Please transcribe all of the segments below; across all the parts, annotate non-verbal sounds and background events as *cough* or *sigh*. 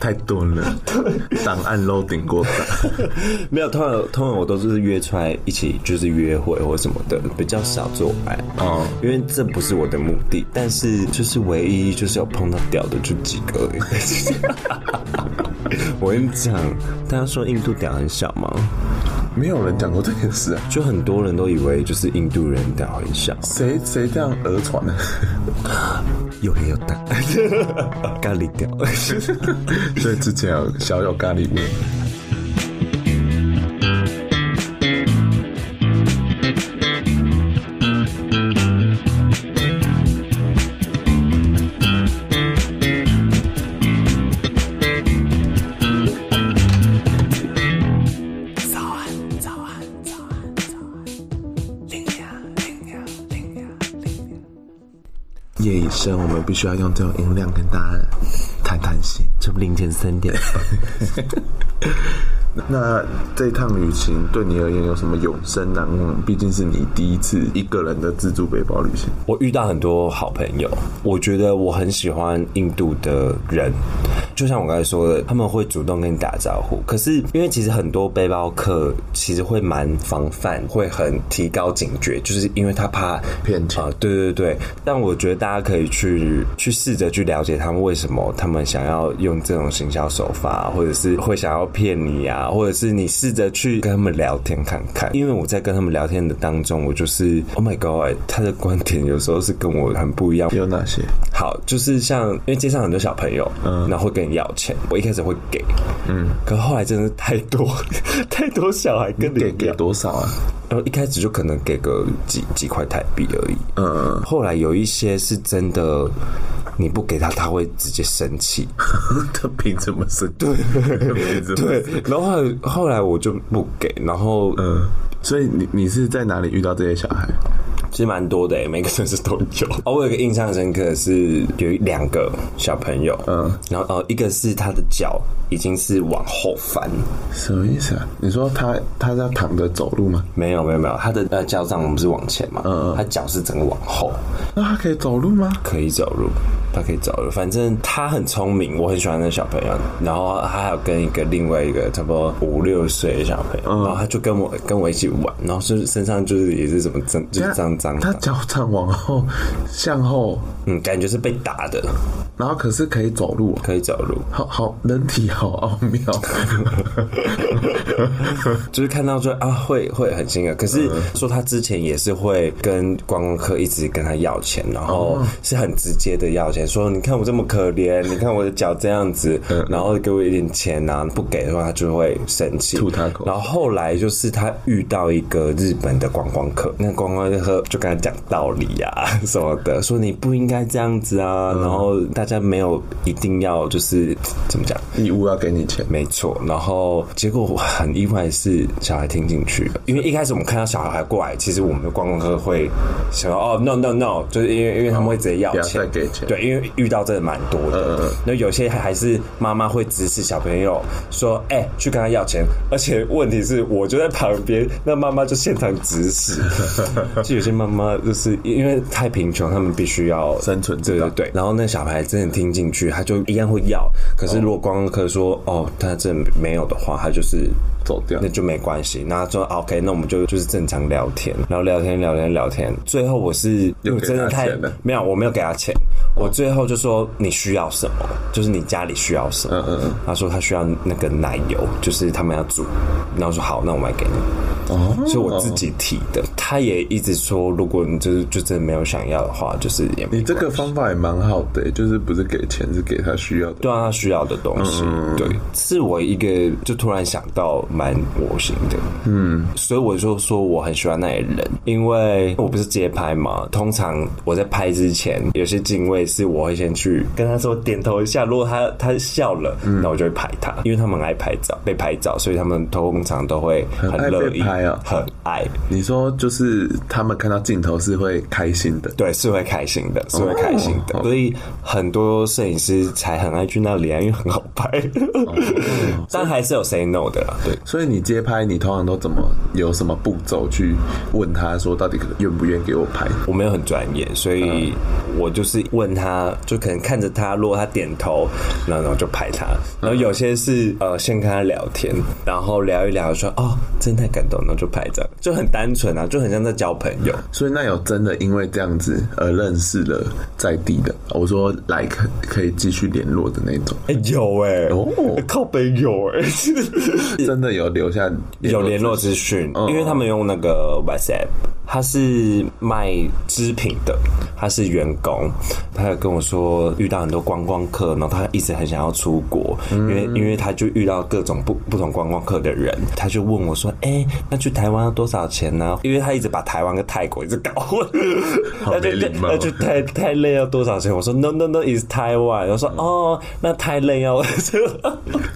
太钝了，档案 loading 过大。没有，通常通常我都是约出来一起就是约会或什么的，比较少做爱哦哦，因为这不是我的目的。但是就是唯一就是有碰到屌的就几个 *laughs* 而已。我跟你讲，大家说印度屌很小吗？没有人讲过这件事啊，就很多人都以为就是印度人屌很小，谁谁这样讹传啊呢？又黑又大， *laughs* 咖喱屌。 *laughs* 所以之前有小有咖喱味。 *laughs* 夜已深，我们必须要用这种音量跟大家谈谈心。这不凌晨三点， *laughs* 那这一趟旅行对你而言有什么永生难忘？毕竟是你第一次一个人的自助背包旅行。我遇到很多好朋友，我觉得我很喜欢印度的人，就像我刚才说的，他们会主动跟你打招呼。可是因为其实很多背包客其实会蛮防范，会很提高警觉，就是因为他怕骗钱啊、对对对。但我觉得大家可以去去试着去了解他们为什么他们想要用这种行销手法，或者是会想要骗你啊，或者是你试着去跟他们聊天看看。因为我在跟他们聊天的当中，我就是 Oh my God，他的观点有时候是跟我很不一样。有哪些？好，就是像因为街上很多小朋友，嗯，然后会跟你要钱，我一开始会给，嗯，可后来真的太多 *laughs* 太多小孩跟你给要给多少 *laughs* 啊？然呃后一开始就可能给个几几块台币而已，嗯，后来有一些是真的，你不给他，他会直接生 *laughs* 气。他凭什么生？对，凭什么？对，，然后后来后来我就不给，然后嗯。所以你你是在哪里遇到这些小孩？其实蛮多的欸，每个城市都 *laughs* 有。哦，我有一个印象深刻的是有两个小朋友，嗯，然后呃，一个是他的脚已经是往后翻，什么意思啊？你说他他在躺着走路吗？没有没有没有，他的呃脚掌我们不是往前嘛，嗯嗯，他脚是整个往后，那他可以走路吗？可以走路，他可以走路。反正他很聪明，我很喜欢那小朋友。然后他还有跟一个另外一个差不多五六岁的小朋友，然后他就跟我跟我一起玩，然后身身上就是也是怎么脏，就是脏脏他的，脚掌往后向后，嗯，感觉是被打的，然后可是可以走路哦、可以走路。好好，人体 *laughs* 好奥妙。就是看到说啊，会会很心疼。可是嗯说他之前也是会跟观光客一直跟他要钱，然后嗯是很直接的要钱，说你看我这么可怜，你看我的脚这样子，嗯然后给我一点钱啊，不给的话他就会生气，吐他口然后后来就是他遇到一个日本的观光客，那观光客就跟他讲道理啊 *laughs* 什么的，说你不应该这样子啊，嗯然后大家没有一定要就是怎么讲。义务要给你钱，没错，然后结果我很意外是小孩听进去了，因为一开始我们看到小孩过来，其实我们的观光客会想到哦，no no no，就是因为因为他们会直接要不要钱再，给钱嗯对，因为遇到真的蛮多的，那、有些还是妈妈会指使小朋友说，哎、去跟他要钱，而且问题是我就在旁边，那妈妈就现场 *laughs* 指使，就有些妈妈就是因为太贫穷，他们必须要生存之对道对对，然后那小孩真的听进去，他就一样会要。可哦是如果观光客说哦，他真的没有的话，他就是 *laughs* 走掉那就没关系。那他说啊 OK，那我们就就是正常聊天，然后聊天聊天聊天。最后我是因为又我给真的他太钱了没有，我没有给他钱。我最后就说你需要什么，就是你家里需要什么。嗯嗯他说他需要那个奶油，就是他们要煮。然后我说好，那我买给你。哦，是我自己提的，他也一直说，如果你就是就真的没有想要的话，就是也没你这个方法也蛮好的、欸就是不是给钱，是给他需要的。对啊，他需要的东西，嗯对，是我一个就突然想到蛮窝心的，嗯，所以我就说我很喜欢那些人，因为我不是街拍嘛，通常我在拍之前，有些敬畏是我会先去跟他说点头一下，如果他他笑了，嗯那我就会拍他，因为他们很爱拍照，被拍照，所以他们通常都会很爱乐被意，拍啊很爱，你说就是他们看到镜头是会开心的，对，是会开心的，是会开心的。所以很多摄影师才很爱去那里啊，因为很好拍。但还是有 say no 的啦，对。所以你街拍你通常都怎么有什么步骤去问他说到底愿不愿意给我拍？我没有很专业，所以我就是问他，就可能看着他，如果他点头，然后然后就拍他。然后有些是呃，先跟他聊天，然后聊一聊说哦，真的太感动，然后就拍这样，就很单纯啊，就很像在交朋友。所以那有真的因为这样子而认识了在地的，我说 like 可以继续联络的那种，哎、有哎、哦靠北有哎、真的有留下有联络资讯，嗯因为他们用那个 WhatsApp，他是卖织品的，他是员工，他有跟我说遇到很多观光客，然后他一直很想要出国，嗯因为因为他就遇到各种不不同观光客的人，他就问我说，哎、那去台湾要多少钱呢、因为他一直把台湾跟泰国一直搞混， *laughs* 好没那就礼貌那就太太累要多少钱？我说 no no no is Taiwan，我说哦，那太累要。 *laughs*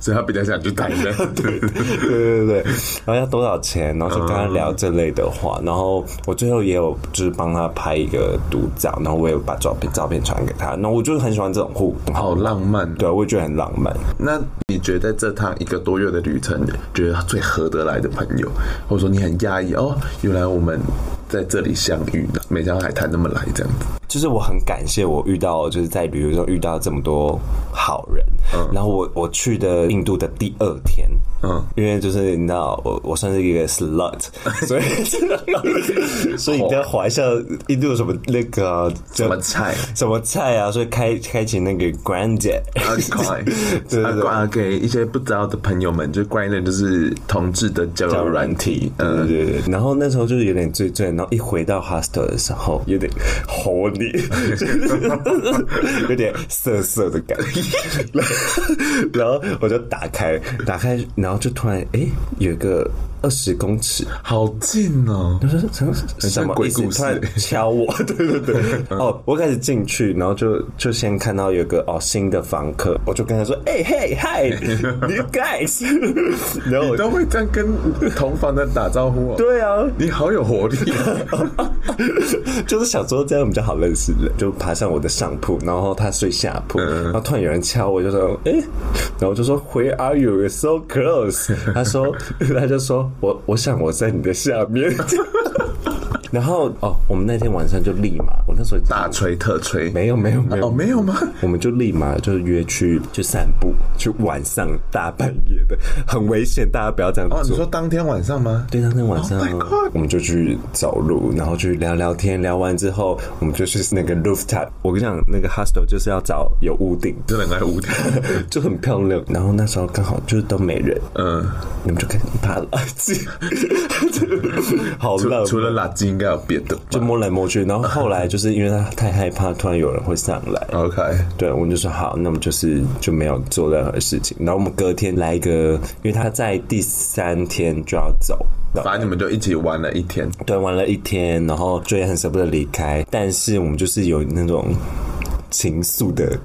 所以他比较想去谈的。对，对对对，然后要多少钱，然后就跟他聊这类的话，然后我最后也有就是帮他拍一个独照，然后我也有把照片照片传给他，那我就是很喜欢这种互动，好浪漫。对我也觉得很浪漫。那你觉得这趟一个多月的旅程，觉得最合得来的朋友，或者说你很压抑哦，原来我们在这里相遇的，没想到还谈那么来这样子。就是我很感谢我遇到，就是在旅游中遇到这么多好人。然后我我去的印度的第二天，嗯嗯，因为就是你知道，我我算是一个 slut，所以所以你在怀笑印度有什么那个啊什么菜 *laughs* 什么菜啊，所以开开启那个 grand 姐，啊，怪 *laughs* 对对啊，怪啊给一些不知道的朋友们，就怪那就是同志的交友软体，对嗯，对对。然后那时候就是有点醉醉，然后一回到 hostel 的时候，有点 horny，就是有点涩涩的感 *laughs* 觉。然后我就打开，打开，然后就突然哎、诶有一个二十公尺，好近哦，我说什么什像么鬼意思故事嗯突然敲我， *laughs* 对对对。哦，我开始进去，然后就就先看到有个哦新的房客，我就跟他说，哎、嘿嗨，you *laughs* guys，然 *laughs* 后你我都会这样跟同房的打招呼哦，对啊， *laughs* 你好有活力哦，就是想说这样比较好认识人，就爬上我的上铺，然后他睡下铺，嗯然后突然有人敲我，就说哎、诶然后我就说 Where are you? You're so close。*laughs* 他说， *laughs* 他就说我我想我在你的下面。 *laughs* 然后哦，我们那天晚上就立马，我那时候大吹特吹，没有没有没有哦，没有吗？我们就立马就是约去去散步，去晚上大半夜的，很危险，大家不要这样做。哦，你说当天晚上吗？对，当天晚上 Oh my God 我们就去走路，然后去聊聊天。聊完之后，我们就去那个 rooftop。我跟你讲，那个 hostel 就是要找有屋顶，真的很爱无 *laughs* 聊，就很漂亮。然后那时候刚好就是都没人，嗯，你 *laughs* 们就开始爬了， *laughs* 好浪除漫除了垃圾应该有别的吧就摸来摸去。然后后来就是因为他太害怕，突然有人会上来， ，OK，对，我们就说好，那么就是就没有做任何事情。然后我们隔天来一个，因为他在第三天就要走，反正你们就一起玩了一天，对，玩了一天，然后就也很舍不得离开，但是我们就是有那种。情愫的，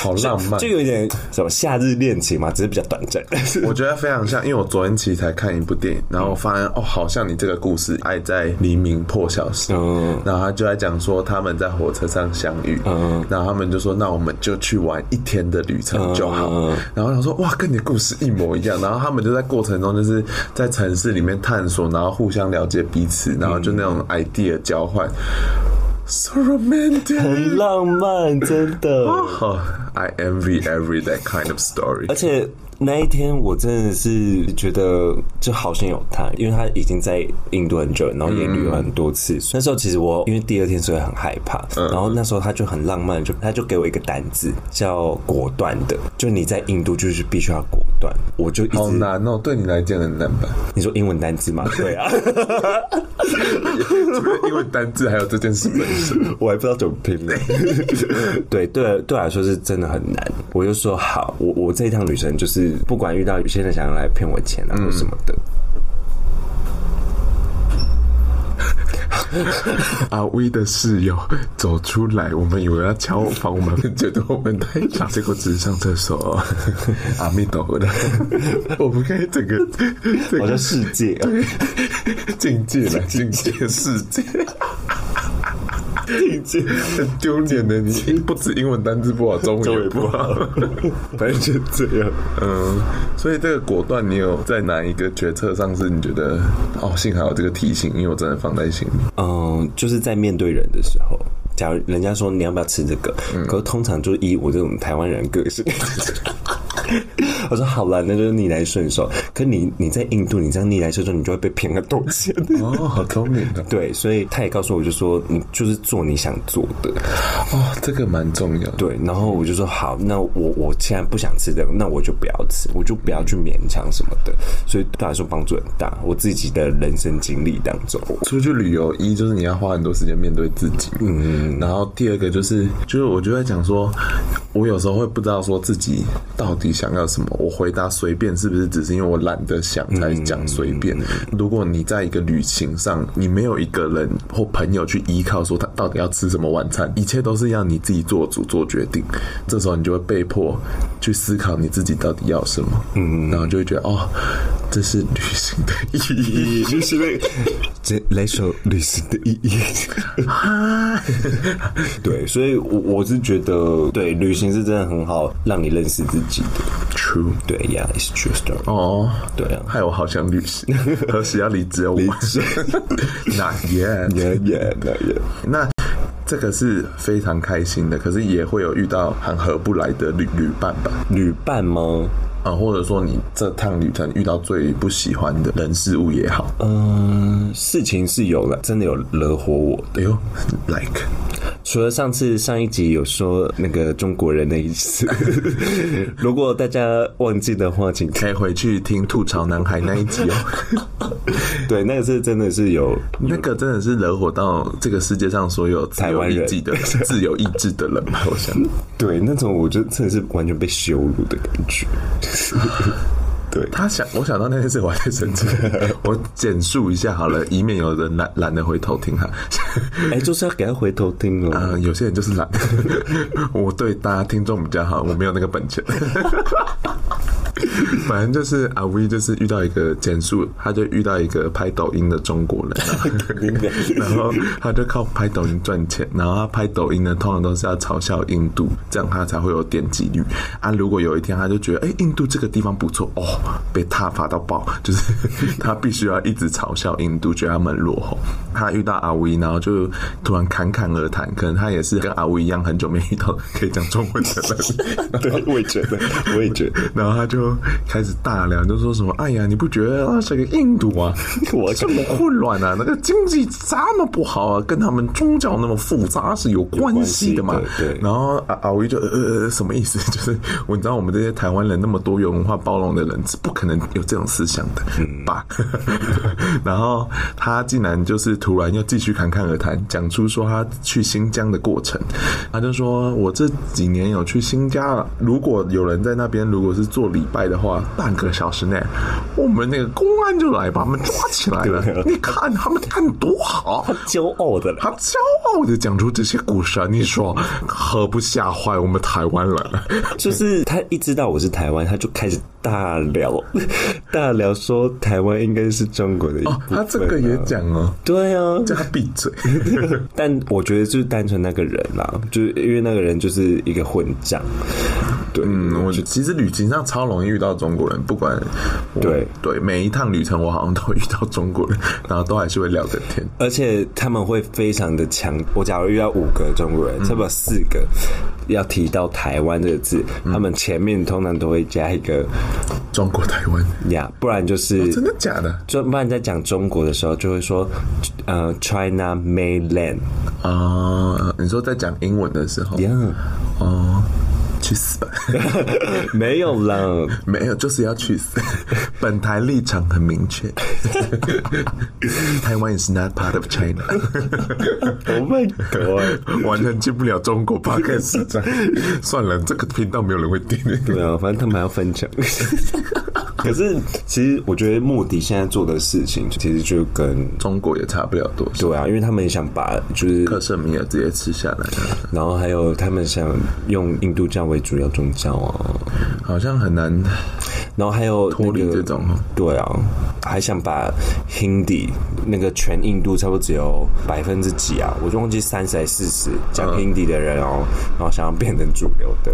好浪漫就就有点什么夏日恋情嘛，只是比较短暂。我觉得非常像，因为我昨天其实才看一部电影，然后我发现哦，好像你这个故事《爱在黎明破晓时》，嗯然后他就在讲说他们在火车上相遇，嗯然后他们就说那我们就去玩一天的旅程就嗯好，然后他说哇，跟你的故事一模一样，然后他们就在过程中就是在城市里面探索，然后互相了解彼此，然后就那种嗯 idea 交换、s o romantic，很浪漫，真的。哦、i envy every that kind of story *laughs* 而。且那一天我真的是觉得就好像有他，因为他已经在印度很久，然后也旅游很多次。那时候其实我因为第二天所以很害怕，然后那时候他就很浪漫，就他就给我一个单字叫果断的，就你在印度就是必须要果断。我就一好直难哦，对你来讲很难吧？ *laughs* 你说英文单字嘛，对啊，除了英文单字，还有这件事本身。 *laughs* 我还不知道怎么拼呢。 *laughs* 对对，对我来说是真的很难。我就说好，我我这一趟旅程就是不管遇到有些人想要嗯来骗我钱啊或什么的。阿威的室友走出来，我们以为要敲房门，觉得我们太吵，结果只是上厕所。 *laughs* 阿弥陀佛的， *laughs* 我们该整个整好个 *laughs* 像世界 *laughs* 哦、境界了，境界世界。境界很丢脸的，你不止英文单字不好，中文也不好，反正 *laughs* 就这样。 *laughs* 嗯，所以这个果断，你有在哪一个决策上是你觉得哦，幸好有这个提醒，因为我真的放在心里。嗯，就是在面对人的时候，假如人家说你要不要吃这个，可是通常就是以我这种台湾人 *laughs* 个性。我说好了，那就是逆来顺受。可你你在印度，你这样逆来顺受，你就会被骗很多 *laughs* 钱。哦，好聪明的对，所以他也告诉我，就说你就是做你想做的。哦，这个蛮重要的。对，然后我就说好，那我我现在不想吃这个，那我就不要吃，我就不要去勉强什么的。所以对他来说帮助很大。我自己的人生经历当中，出去旅游，一就是你要花很多时间面对自己，嗯，然后第二个就是，就是我就在讲说，我有时候会不知道说自己到底想要什么，我回答随便是不是只是因为我懒得想才讲随便？如果你在一个旅行上，你没有一个人或朋友去依靠，说他到底要吃什么晚餐，一切都是要你自己做主做决定，这时候你就会被迫去思考你自己到底要什么，嗯，然后就会觉得哦，这是旅行的意义。 *laughs* 就是那个 *laughs* 这来首旅行的意义。 *laughs* 对，所以我我是觉得，对旅行是真的很好，让你认识自己的。 True。对呀、yeah,，is true story。哦，对啊害我好想旅行， *laughs* 何时要离职哦？离职 *laughs* ，Not yet。 Yeah, yeah, yeah. 那这个是非常开心的，可是也会有遇到很合不来的旅旅伴吧？旅伴吗？啊，或者说你这趟旅程遇到最不喜欢的人事物也好，嗯，事情是有了，真的有惹火我的。哎呦，like 除了上次上一集有说那个中国人的意思， *laughs* 如果大家忘记的话，请看。可以回去听吐槽男孩那一集哦，对，那个是真的是 *laughs* 有那个真的是惹火到这个世界上所有自台由湾意人志的自由意志的人吧？我想，对，那种我觉得真的是完全被羞辱的感觉。对，他想，我想到那件事，我还在生气。我简述一下好了，以免有人懒懒得回头听哈。 *laughs* *laughs* 哎、就是要给他回头听哦。嗯、有些人就是懒， *laughs* 我对大家听众比较好，我没有那个本钱。 *laughs* 反正就是阿威，就是遇到一个简述，他就遇到一个拍抖音的中国人、啊， *laughs* 然后他就靠拍抖音赚钱，然后他拍抖音呢，通常都是要嘲笑印度，这样他才会有点击率。啊，如果有一天他就觉得，哎、印度这个地方不错哦，被踏伐到爆，就是 *laughs* 他必须要一直嘲笑印度，觉得他们落后。他遇到阿威，然后就突然侃侃而谈，可能他也是跟阿威一样，很久没遇到可以讲中文的人。对， *laughs* 我也觉 *laughs* 得，我也觉得，然后他就开始大聊，就说什么：“哎呀，你不觉得啊，这个印度啊， *laughs* 我这么混乱 *laughs* 啊，那个经济这么不好啊，跟他们宗教那么复杂是有关系的嘛有关？”系的对然后阿阿威就呃呃呃什么意思？ *laughs* 就是我你知道我们这些台湾人那么多元文化包容的人，是不可能有这种思想的嗯 *laughs* 吧？然后他竟然就是突然又继续侃侃而谈，讲出说他去新疆的过程。他就说：“我这几年有去新疆了，如果有人在那边，如果是做礼拜的话，半个小时内，我们那个公安就来把他们抓起来了。对啊你看他们看多 *laughs* 好，骄傲的了。他骄傲的讲出这些故事啊！你说何不吓坏我们台湾人？就是他一知道我是台湾，他就开始大聊， *laughs* 大聊说台湾应该是中国的一部分、哦啊他这个也。讲哦，对啊，叫他闭嘴。但我觉得就是单纯那个人啦、就是因为那个人就是一个混账，对，嗯，我其实旅行上超容易遇到中国人，不管我对对，每一趟旅程我好像都会遇到中国人，然后都还是会聊个天。而且他们会非常的强。我假如遇到五个中国人，差不多四个要提到台湾这个字，他们前面通常都会加一个中国台湾，呀，不然就是真的假的就不然在讲中国的时候就会说呃 China mainland 啊、你说在讲英文的时候，呀、哦、去死 *laughs* 吧！没有啦，没有，就是要去死。本台立场很明 *laughs* 确，台湾 is not part of China， Oh my god！ *laughs* 完全进不了中国八个市 *laughs* 场。算了，这个频道没有人会听。对啊，反正他们还要分享。 *laughs* 可是其实我觉得莫迪现在做的事情，其实就跟中国也差不了多少。对啊，因为他们也想把就是克什米尔直接吃下来啊了，然后还有他们想用印度教为主要宗教啊，好像很难然后还有脱离那个这种哦对啊，还想把 Hindi 那个全印度差不多只有百分之几啊，我就忘记三十还四十讲嗯 Hindi 的人哦，然后想要变成主流的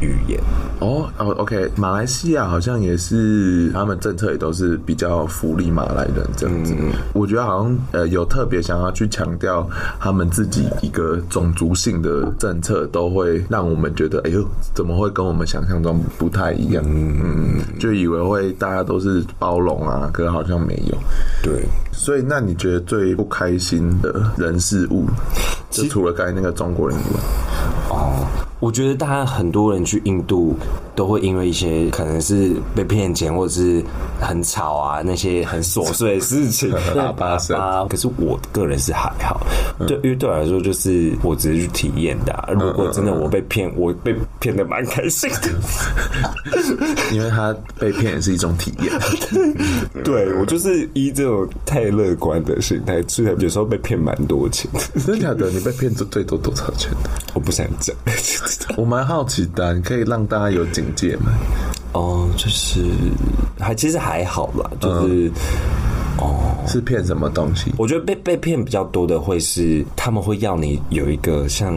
语言。哦哦，OK，马来西亚好像也是，他们政策也都是比较福利马来人这样子。我觉得好像呃有特别想要去强调他们自己一个种族性的政策，都会让我们觉得，哎呦，怎么会跟我们想象中不太一样？嗯，就以为会大家都是包容啊，可是好像没有。对，所以那你觉得最不开心的人事物，就除了刚才那个中国人以外？哦，我觉得大家很多人去印度都会因为一些可能是被骗钱或者是很吵啊那些很琐碎的事情喇叭声啊。可是我个人是还好，对，因为对我来说就是我只是去体验的啊、如果真的我被骗，我被骗的蛮开心的。因为他被骗也是一种体验。 *laughs* 对我就是依这种太乐观的心态，虽然有时候被骗蛮多钱的，真的假的？你被骗最最多多少钱？我不想讲。我蛮好奇的啊、你可以让大家有警戒吗？哦，就是还其实还好啦，就是。是骗什么东西？我觉得被被骗比较多的会是他们会要你有一个像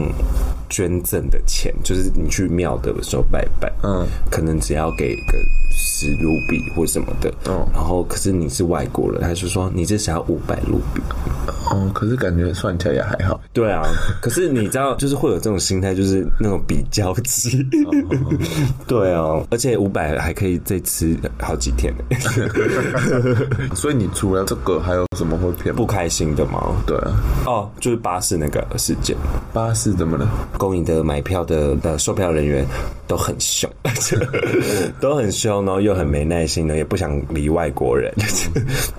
捐赠的钱，就是你去庙的时候拜拜，嗯，可能只要给个十卢比或什么的，哦然后可是你是外国人，他就说你至少要五百卢比，哦，可是感觉算起来也还好。对啊， *laughs* 可是你知道，就是会有这种心态，就是那种比较级，哦 *laughs* 对啊，而且五百还可以再吃好几天 *laughs* 呢，所以你除了这个还有什么会骗吗？不开心的吗？对啊，哦，就是巴士那个事件。巴士怎么了？公营的买票的的售票人员都很凶， *laughs* 都很凶，然后又很没耐心，然后也不想理外国人。 *laughs*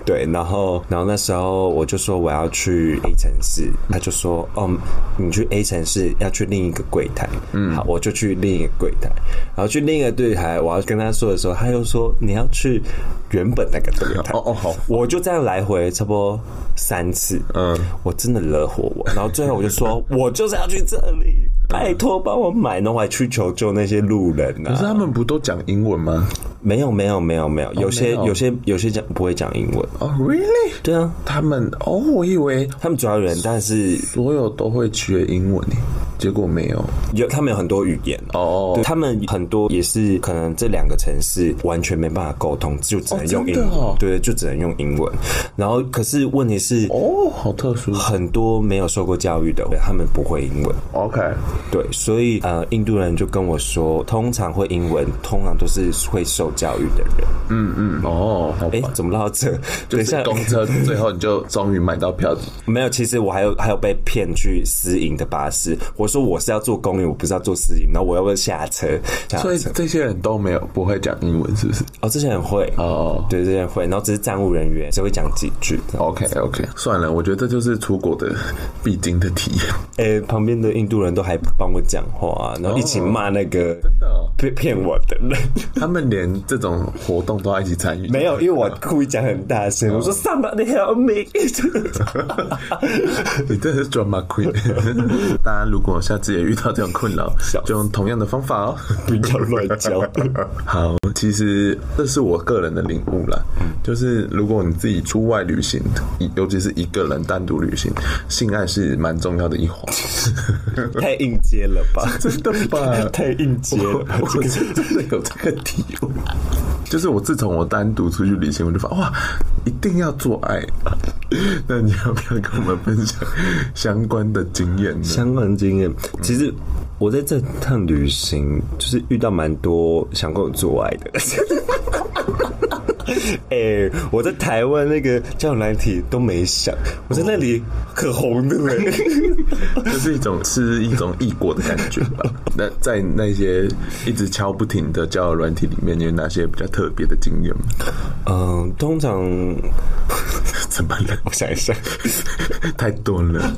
对，然后然后那时候我就说我要去 A 城市，他就说哦，你去 A 城市要去另一个柜台，嗯，好，我就去另一个柜台，然后去另一个柜台，我要跟他说的时候，他又说你要去原本那个柜台，哦哦好，我就这样来回差不多三次，嗯，我真的惹火我，然后最后我就说，我就是要去这嗯里，拜托帮我买，然后我还去求救那些路人可是啊，他们不都讲英文吗？没有没有没有没有，有些没有有些有些讲不会讲英文，哦、r e a l l y 对啊，他们哦，我以为他们主要人，但是所有都会学英文耶，结果没有。有他们有很多语言哦对他们很多也是可能这两个城市完全没办法沟通，就只能用英文，真的哦对，就只能用英文，然后可是问题是。哦，好特殊。很多没有受过教育的，他们不会英文， OK，对，所以呃，印度人就跟我说，通常会英文，通常都是会受教育的人。嗯嗯，哦，好吧哎、怎么唠到这？ *laughs* 就等一是下，公车最后你就终于买到 *laughs* 票， *laughs* 没有，其实我还有还有被骗去私营的巴士。我说我是要坐公营，我不是要坐私营，然后我要不要下车？下所以车这些人都没有不会讲英文，是不是？哦，这些人会哦对，这些人会，然后只是站务人员只会讲几句。 OK OK，算了，我觉得这就是出国的必经的体验。 *laughs* 哎、旁边的印度人都还帮我讲话、然后一起骂那个的哦被骗我的 *laughs* 人。他们连这种活动都要一起参与，没有，因为我故意讲很大声，哦我说 somebody help me。 *laughs* *laughs* 你真的是 drama *laughs* queen。大家如果下次也遇到这种困扰，就用同样的方法哦。不要乱教。好，其实这是我个人的领悟啦，就是如果你自己出外旅行，一尤其是一个人单独旅行，性爱是蛮重要的一环，太应接了 *laughs* 吧？ *laughs* 真的吧？太应接 *laughs* 我了吧。我是真的有这个体悟。就是我自从我单独出去旅行，我就发哇，一定要做爱。那你要不要跟我们分享相关的经验呢？相关经验，其实我在这趟旅行就是遇到蛮多想跟我做爱的。 *laughs* 哎、我在台湾那个交友难题都没想，我在那里可红的 *laughs* 嘞、就是一种是一种异国的感觉吧。 *laughs* 那在那些一直敲不停的交友软体里面，你有哪些比较特别的经验吗？ *laughs* 嗯，通常怎么了？我想一下， *laughs* 太多了，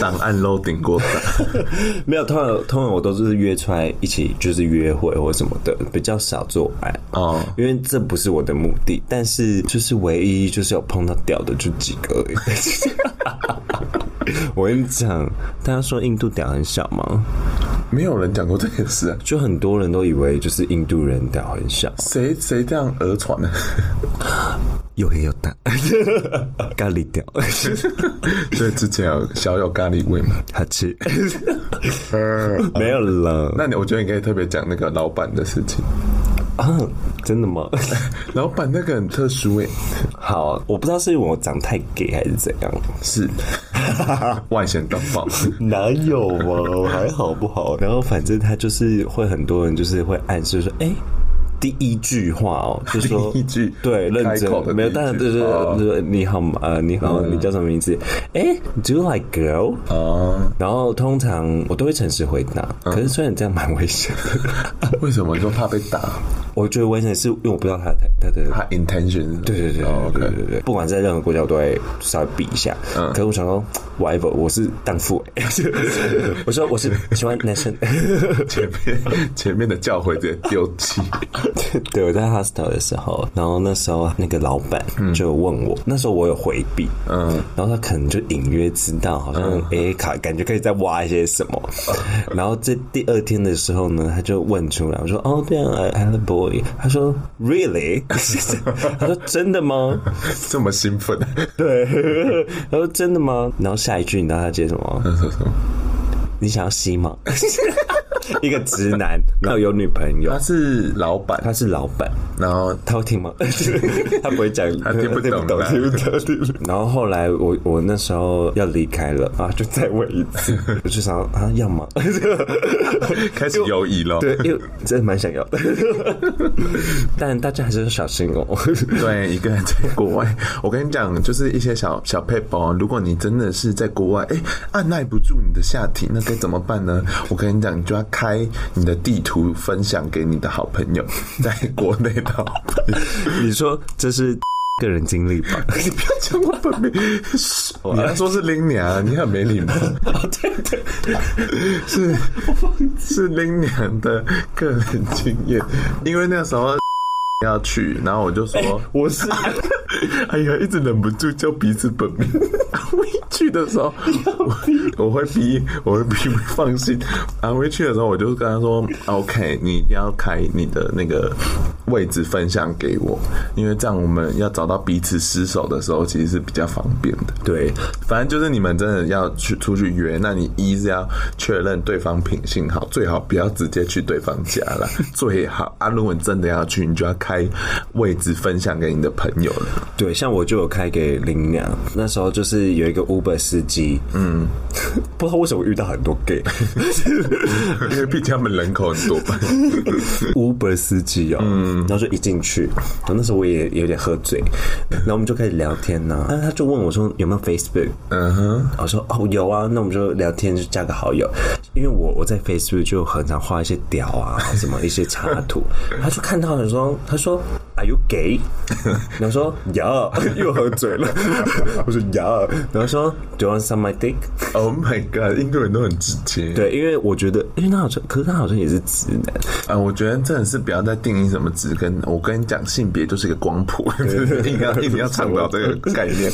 档案 loading 过大。没有，通常通常我都是约出来一起就是约会或什么的，比较少做爱哦因为这不是我的目的。但是就是唯一就是有碰到屌的就几个而 *laughs* 已。我跟你讲，大家说印度屌很小吗？没有人讲过这件事啊。就很多人都以为就是印度人屌很小，谁谁这样讹传呢？啊又黑又大， *laughs* 咖喱屌， *laughs* *laughs* 所以之前有小有咖喱味嘛。好吃。呃没有了那你我觉得你可以特别讲那个老板的事情。啊？真的 *laughs* 吗？老板那个很特殊欸诶、好，我不知道是因为我长太 gay 还是怎样。 *laughs* 是外显到爆。哪有啊？还好不好？然后反正他就是会很多人就是会暗示说，哎、第一句话哦，就说第一句对，认开真口的没有，第一句当然对对哦对，就是你好吗？呃，你好，你叫什么名字？哎、d o you like girl？哦，然后通常我都会诚实回答，可是虽然这样蛮危险的，为什么你说怕被打？我觉得危险是因为我不知道他的他的怕 intention？对对对哦对对 OK，对对，不管在任何国家，我都会稍微比一下。可是我想说，whatever，我是荡妇、欸，我说我是喜欢男生。前面 *laughs* 前面的教诲直接丢弃。 *laughs* 对，我在 hostel 的时候，然后那时候那个老板就有问我，那时候我有回避，嗯，然后他可能就隐约知道，好像哎卡、感觉可以再挖一些什么，然后在第二天的时候呢，他就问出来，我说哦对啊，I have a boy，他说 really，他说真的吗？这么兴奋，对， *laughs* 他说真的吗？然后下一句你知道他接什么？那是什么？你想要吸吗？ *laughs* 一个直男，然后有女朋友他，是老板，他是老板，然后他会听 *laughs* 吗？他不会讲，他听不懂听不懂，啦听不懂听不懂。然后后来我我那时候要离开了啊，就再问一 *laughs* 次，我就想啊，要吗？开始犹疑了。对， *laughs* 因为真的蛮想要的， *laughs* 但大家还是要小心哦。对，一个人在国外， *laughs* 我跟你讲，就是一些小小配包。如果你真的是在国外，哎、按耐不住你的下体，那该怎么办呢？我跟你讲，你就要开你的地图分享给你的好朋友，在国内的好朋友。 *laughs* 你说这是个人经历吧？ *laughs* 你不要讲我本名，你要哦说是林娘，你很没礼貌。对对， *laughs* 是是林娘的个人经验，因为那时候 *laughs* 要去，然后我就说。我是。 *laughs* 哎呀，一直忍不住叫彼此本 *laughs* 名。阿威去的时候，我我会逼，我会逼不放心。阿威去的时候，我就跟他说：“OK，你一定要开你的那个位置分享给我，因为这样我们要找到彼此失手的时候，其实是比较方便的。”对，反正就是你们真的要去出去约，那你一是要确认对方品性好，最好不要直接去对方家 *laughs* 啦。最好啊，如果你真的要去，你就要开位置分享给你的朋友了。 *laughs* 对，像我就有开给林娘，那时候就是有一个 Uber 司机，嗯， *laughs* 不知道为什么遇到很多 *laughs* gay 因为毕竟他们人口 *laughs* 很多吧。 Uber 司机哦，然后就一进去，然后那时候我也有点喝醉，然后我们就开始聊天呐、啊然后他就问我说有没有 Facebook，嗯哼，我说哦有啊，那我们就聊天就加个好友，因为我我在 Facebook 就很常画一些屌 *laughs* 啊什么一些插图，他就看到了说他说 Are you *laughs* gay？然后说呀， *laughs* 又喝醉了， *laughs* 我说呀，然后说 Do you want some my dick？ ，Oh my god，印度人都很直接。，对，因为我觉得，因为他好像，可是他好像也是直男，啊，我觉得真的是不要再定义什么直跟，我跟你讲，性别就是一个光谱，硬要硬要倡导这个概念。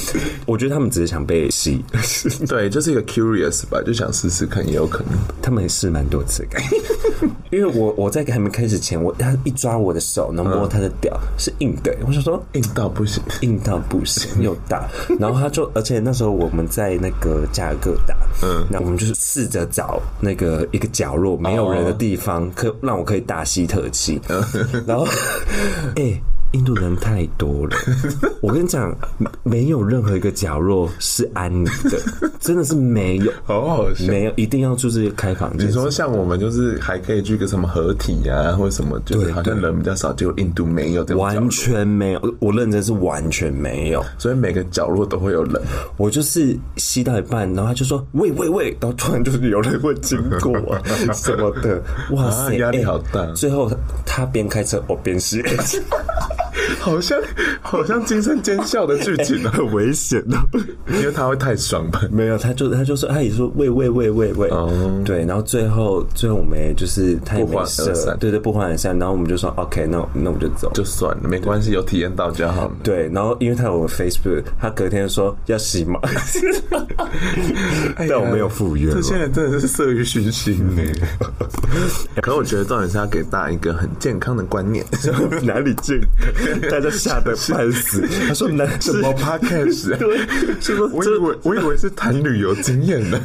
我觉得他们只是想被 *laughs* 吸， *laughs* 对，就是一个 curious 吧，就想试试看，也有可能。他们也试蛮多次的， *laughs* 因为我我在还没开始前，我他一抓我的手，然后摸他的屌、是硬的，我想说。硬到不行，硬到不行，又大，然后他就，而且那时候我们在那个加尔各答，嗯，那我们就是试着找那个一个角落没有人的地方，可让我可以大吸特气，然后，哎、印度人太多了，我跟你讲，没有任何一个角落是安宁的，真的是没有，好好笑。没有，一定要住这个开房间。你说像我们就是还可以去个什么合体啊，或者什么，就是对好像人比较少，结果印度没有这种角完落，全没有，我认真是完全没有。所以每个角落都会有人。我就是吸到一半，然后他就说喂喂喂，然后突然就是有人会经过 *laughs* 啊什么的，哇啊塞，压力欸好大最后他边开车，我边 *laughs* 吸，好像好像惊声尖笑的剧情啊，很危险的。 *laughs* 因为他会太爽吧？ *laughs* 没有，他就他就说，他也说喂喂喂喂喂，哦对，然后最后最后我们也就是他也不欢没而事，散对对，不欢而散，然后我们就说 OK，那我那我们就走，就算了，没关系，有体验到就好了。对，然后因为他有 Facebook，他隔天说要洗码，哎呀但我没有赴约这嘛。些人真的是色欲熏心呢。 *laughs* 可我觉得重点是要给大家一个很健康的观 *laughs* 念。 *laughs* 哪里健？大家吓得半死。 *laughs* 他说男什么 podcast？对，什么 *laughs* 我以这？为我以为是谈旅游经验呢，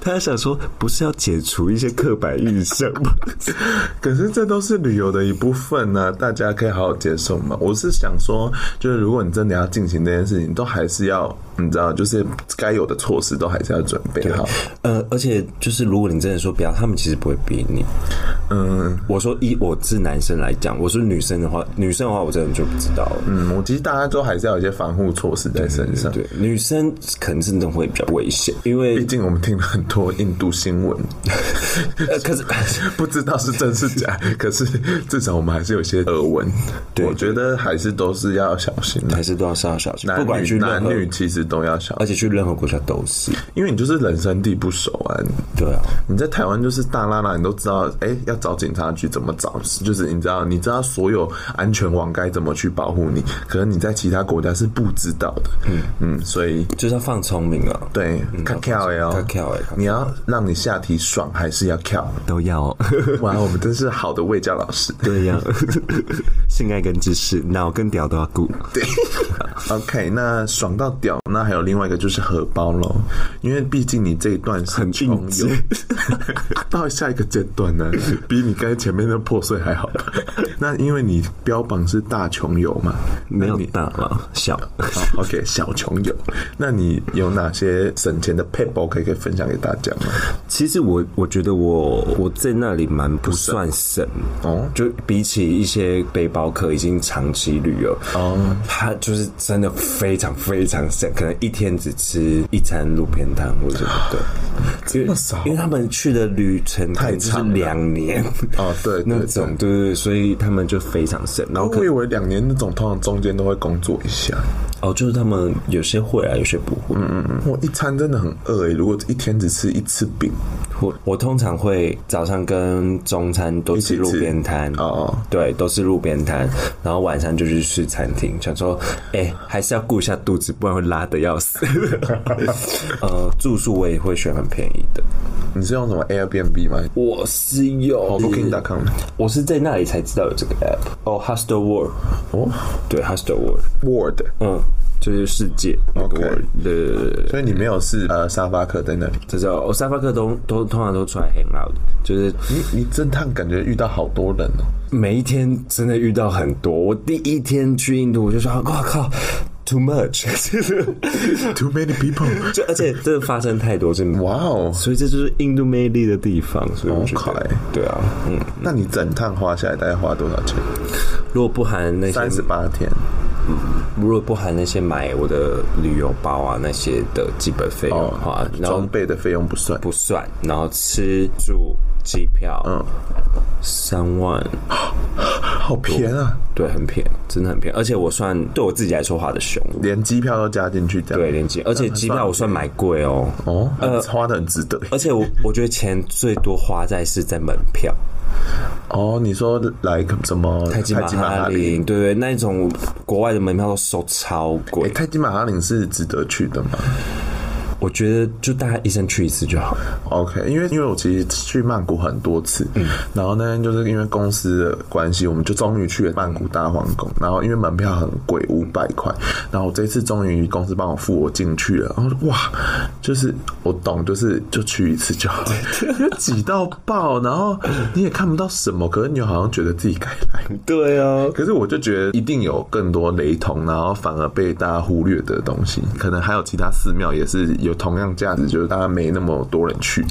他想说，不是要解除一些刻板印象吗？ *laughs* 可是这都是旅游的一部分呢、大家可以好好接受嘛。我是想说，就是如果你真的要进行这件事情，都还是要你知道，就是该有的措施都还是要准备好。 *laughs* 呃，而且就是，如果你真的说不要，他们其实不会逼你。嗯我说一，我是男生来讲，我是女生的话，女生的话我真的就不知道了。嗯，我其实大家都还是要有一些防护措施在身上。对，女生可能真的会比较危险，因为 *laughs* 毕竟我们听了很多印度新闻， *laughs* 呃，可是 *laughs* 不知道是真是 *laughs* 假，可是至少我们还是有些耳闻。对我觉得还是都是要小心的还，是都要稍小心，男不管女去任男何，女其实都要小而心，且去任何国家都是。因为你就是人生地不熟啊。对啊，你在台湾就是大拉拉，你都知道，哎、要找警察局怎么找，就是你知道，你知道所有安全网该怎么去保护你，可能你在其他国家是不知道的。嗯嗯，所以就是要放聪明啊。对，卡跳哎较哦，巧的较你要让你下体爽，还是要 *laughs* 跳？都要、 *laughs* 哦。哇，我们真是好的卫教老师。对呀、 *laughs* 性爱跟知识，脑跟屌都要顾。 OK，那爽到屌，那还有另外一个就是荷包喽，因为毕竟你这一段是很穷应游景， *laughs* 到下一个阶段 *laughs* 呢，比你刚才前面的破碎还好。那因为你标榜是大穷游嘛，没有那你大了，小。好 OK 小穷游，那你有哪些省钱的 p a p e 可以可以分享给大家吗？其实我我觉得我我在那里蛮不算省哦哦，就比起一些背包客已经长期旅游哦，他就是真的非常非常省，可能一天只吃一餐路边摊或者什么的， *gasps* 因为少因为他们去的旅程可能就是太长了两年哦对对哦那种对对对，所以他们就非常省，然后可我以为两年那种通常中间都会工作一下，哦，就是他们有些会啊，有些不会。嗯嗯。我一餐真的很饿诶、欸如果一天只吃一次饼，我我通常会早上跟中餐都吃一起吃路边摊哦，对，都是路边摊，然后晚上就去吃餐厅，想说，哎、还是要顾一下肚子，不然会拉的 *laughs* 要死。呃，住宿我也会选很便宜的，你是用什么 Airbnb 吗？我是有哦，Booking.com 我是在那里才知道有这个 app 哦，Hostel World，哦对，Hostel World， ，Word。嗯，就是世界那个 OK World，对对对对对所以你没有是呃沙发客在那里，这叫我沙发客都都通常都出来 hang out，就是你你这趟感觉遇到好多人哦，每一天真的遇到很多。我第一天去印度，我就说哇靠，too much， ，too many people， *laughs* 就而且真的发生太多真的，哇哦！所以这就是印度魅力的地方。所以我觉好快得，对啊，嗯，那你整趟花下来大概花多少钱？如果不含那些，三十八天，如果不含那些买我的旅游包啊那些的基本费用的话，然后装备的费用不算，不算，然后吃住机票，嗯，三万。好便宜啊！对，很便宜，真的很便宜，而且我算对我自己来说花的凶，连机票都加进去，这样对，连接，而且机票我算买贵哦，哦，花的很值得而且我我觉得钱最多花在是在门 *laughs* 票，哦。你说来个什么泰姬玛哈林？林，对对，那一种国外的门票都收超哎，贵，泰姬玛哈林是值得去的吗？我觉得就大家一生去一次就好。 OK，因为因为我其实去曼谷很多次，然后那天就是因为公司的关系，我们就终于去了曼谷大皇宫。然后因为门票很贵，五百块，然后我这次终于公司帮我付我进去了。然后说哇，就是我懂，就是就去一次就好，因为挤到爆，然后你也看不到什么，可是你好像觉得自己该来。对啊，可是我就觉得一定有更多雷同，然后反而被大家忽略的东西，可能还有其他寺庙也是有同样价值，就是大家没那么多人去。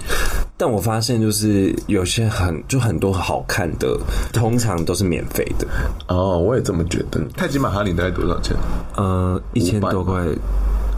但我发现就是有些很就很多好看的，通常都是免费的，哦，我也这么觉得。泰姬玛哈里大概多少钱呃，一千多块，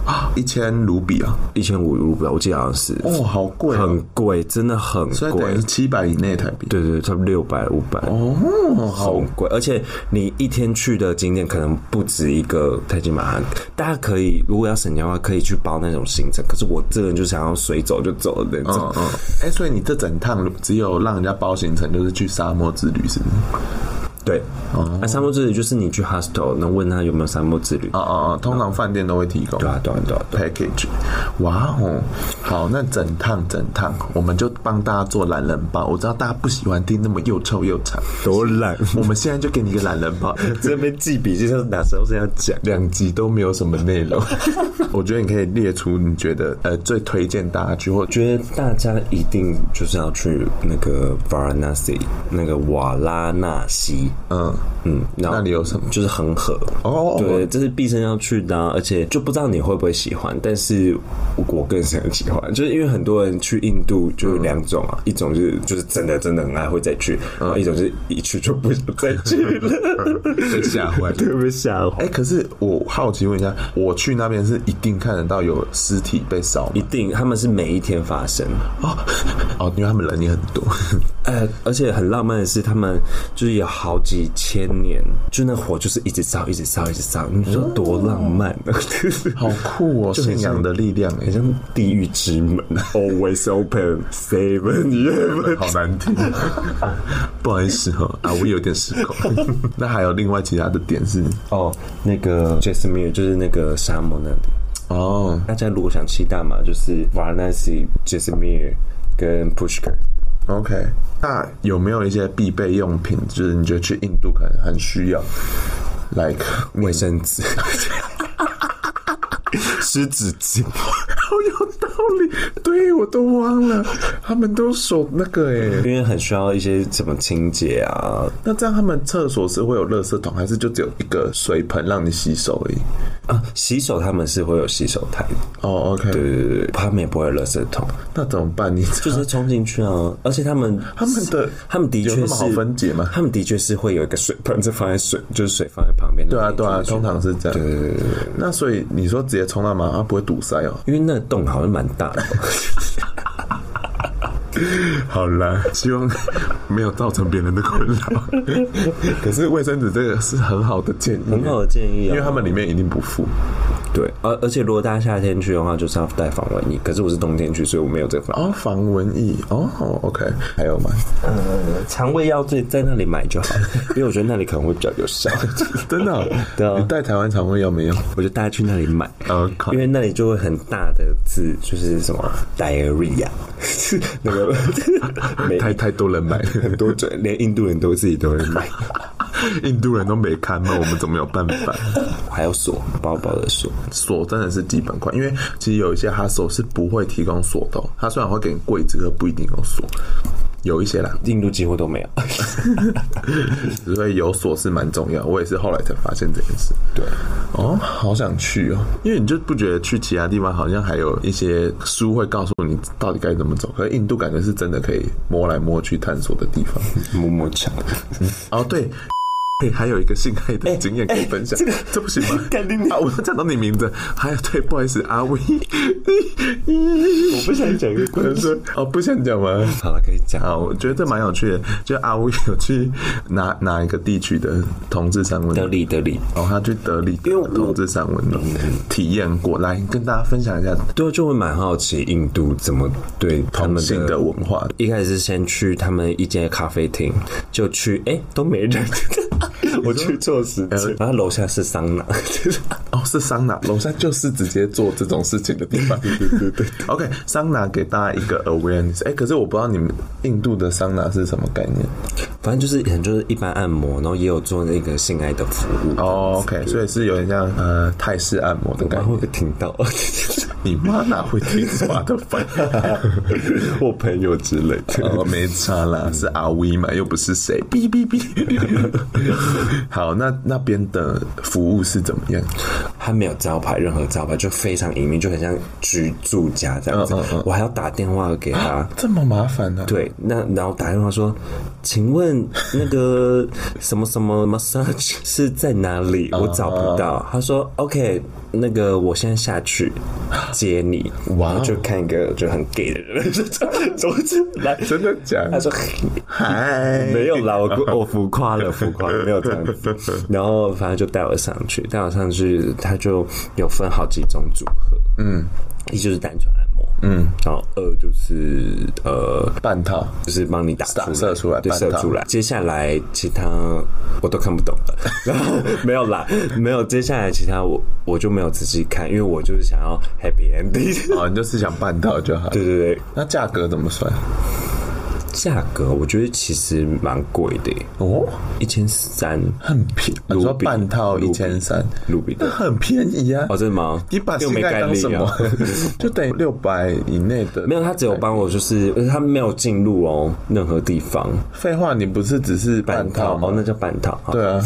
啊？一千卢比啊！一千五卢比，我记得好像是，哦，好贵、啊，很贵，真的很所以等于贵是，七百以内台币。对对，差不多六百五百。哦，好好贵，而且你一天去的景点可能不止一个泰姬玛哈，大家可以如果要省钱的话，可以去包那种行程。可是我这个人就想要随走就走的那种嗯，嗯，哎、所以你这整趟只有让人家包行程，就是去沙漠之旅，是不是？对，那沙漠之旅就是你去 hostel 能问他有没有沙漠之旅，啊啊啊！通常饭店都会提供。对啊对啊对啊对啊 package，哇哦，好，那整趟整趟，我们就帮大家做懒人包。我知道大家不喜欢听那么又臭又长，多懒。我们现在就给你一个懒人包， *laughs* 这边记笔记，就是哪时候是要讲。两集都没有什么内 *laughs* 容。我觉得你可以列出你觉得呃最推荐大家去，或觉觉得大家一定就是要去那个 Varanasi，那个瓦拉纳西，嗯嗯，然后那里有什么？就是恒河哦对，这是毕生要去的啊、而且就不知道你会不会喜欢，但是我我个人是很喜欢，就是因为很多人去印度就有两种嗯啊，一种就是就是真的真的很爱会再去，然后一种就是一去就不想再去 *laughs* 了，吓坏了。特别吓 *laughs* 坏哎、。可是我好奇问一下，我去那边是一定看得到有尸体被烧一吗？定，他们是每一天发生。哦 *laughs* 哦，因为他们人也很多。呃，而且很浪漫的是，他们就是有好几千年，就那火就是一直烧，一直烧，一直烧，你说多浪漫、啊？ *laughs* 好 *laughs* 酷哦！信仰的力量哎 *laughs* 很，像地狱之门啊，always open seven eleven。好难 *laughs* 听，不好意思哈、啊，我有点失控。 *laughs* 那还有另外其他的点是，哦，那个 Jasmine 就是那个沙漠那里。哦，大家如果想骑大马，就是 Varanasi、Jasmine 跟 Pushkar。 OK，那有没有一些必备用品？就是你觉得去印度可能很需要，like 卫生 *laughs* 纸、湿纸巾， *laughs* 好哦有道理，对我都忘了，他们都手那个哎、因为很需要一些什么清洁啊。那这样他们厕所是会有垃圾桶，还是就只有一个水盆让你洗手而已？啊，洗手他们是会有洗手台的，哦，OK、o 对 k 对对对，他们也不会有垃圾桶，那怎么办？你就就是冲进去啊。而且他们他们的他们的有确那么好是分解吗他们的确是会有一个水盆，就放在水，就是水放在旁 *laughs* 边。对啊，对啊，然后通常是这样。对对对对对，那所以你说直接冲到马，它不会堵塞哦？因为那个洞好像蛮大 *laughs* 的，好啦，希望没有造成别人的困扰。 *laughs* 可是卫生纸这个是很好的建议，很好的建议啊。因为他们里面一定不付。对，而而且如果大家夏天去的话，就是要带防蚊衣。可是我是冬天去，所以我没有这个防。哦，防蚊液哦，OK，还有吗？哦肠胃药最在那里买就好， *laughs* 因为我觉得那里可能会比较 *laughs* 有效。真的哦、对啊你带台湾肠胃药没有？我就带大家去那里买。呃，靠因为那里就会很大的字，就是什么 diarrhea，那 *laughs* 个每太太多人 *laughs* 买了，很多嘴，连印度人都自己都会买，印度人都没看，那我们怎么有办法？ *laughs* 还有锁，包包的锁，锁真的是基本款，因为其实有一些哈手是不会提供锁的哦、它虽然会给你柜子，可不一定有锁，有一些啦，印度几乎都没 *laughs* 有。所以有锁是蛮重要，我也是后来才发现这件事。对，哦，好想去哦，因为你就不觉得去其他地方好像还有一些书会告诉你到底该怎么走，可是印度感觉是真的可以摸来摸去探索的地方。摸摸墙，哦，对。 *laughs* 嘿，还有一个性爱的经验可以分享，哎哎这不行 *laughs* 吗？肯定啊！我都讲到你名字， *laughs* 还有对，不好意思，阿威， *laughs* 我不想讲这个故事。哦，不想讲吗？ *laughs* 好了，可以讲。啊，我觉得这蛮有趣的，就阿威有去哪哪一个地区的同志三温得暖，力得力，然后他去德里因为我同志三温暖体验过，来跟大家分享一下对，就会蛮好奇印度怎么对他同们性的文化。一开始是先去他们一间咖啡厅，就 *laughs* 去，哎、都没人，我去错时间，然后楼下是桑拿，哦，是桑拿，楼下就是直接做这种事情的地方。对对对对。OK，桑 *laughs* 拿给大家一个 awareness。哎、可是我不知道你们印度的桑拿是什么概念。 *laughs* 反正就是可能就是一般按摩，然后也有做那个性爱的服务。哦、o k 所以是有点像呃泰式按摩的我概妈念。会不会听 *laughs* 到？你妈哪会听我的烦？我朋友之类的。 *laughs* 哦，没差啦，是阿威嘛，又不是谁。哔哔哔。 *laughs* 好，那那边的服务是怎么样？他没有招牌，任何招牌，就非常隐秘，就很像居住家这样子。嗯嗯嗯我还要打电话给 *laughs* 他啊。这么麻烦呢、对，那然后打电话说，请问那个什么什么 massage 是在哪 *laughs* 里？我找不到。他说 OK，那个我现在下去接你。哇哦然后就看一个就很 gay 的人， *laughs* 就走进来，真的假的他说嗨，哦没有啦，我故我浮夸了，浮夸了没有这样子。然后反正就带我上去，带我上去，他就有分好几种组合，嗯，一就是单纯按摩，嗯，然后二就是呃。半套。就是帮你打出打射出来对，半射套出来。接下来其他我都看不懂了，然后没有啦，没有。接下来其他我我就没有仔细看，因为我就是想要 happy *laughs* ending。哦，你就是想半套就好。对对对，那价格怎么算？价格我觉得其实蛮贵的耶，哦，一千三很便宜。你啊说半套一千三，卢比 *laughs* 那的。很便宜啊！哦，真的吗？你把又性没爱概当什念么啊？？ *laughs* 就等于六百以内的。 *laughs* 没有，他只有帮我，就是呃他没有进入哦，任何地方废话，你不是只是半套哦吗？，那叫半套。好，对啊，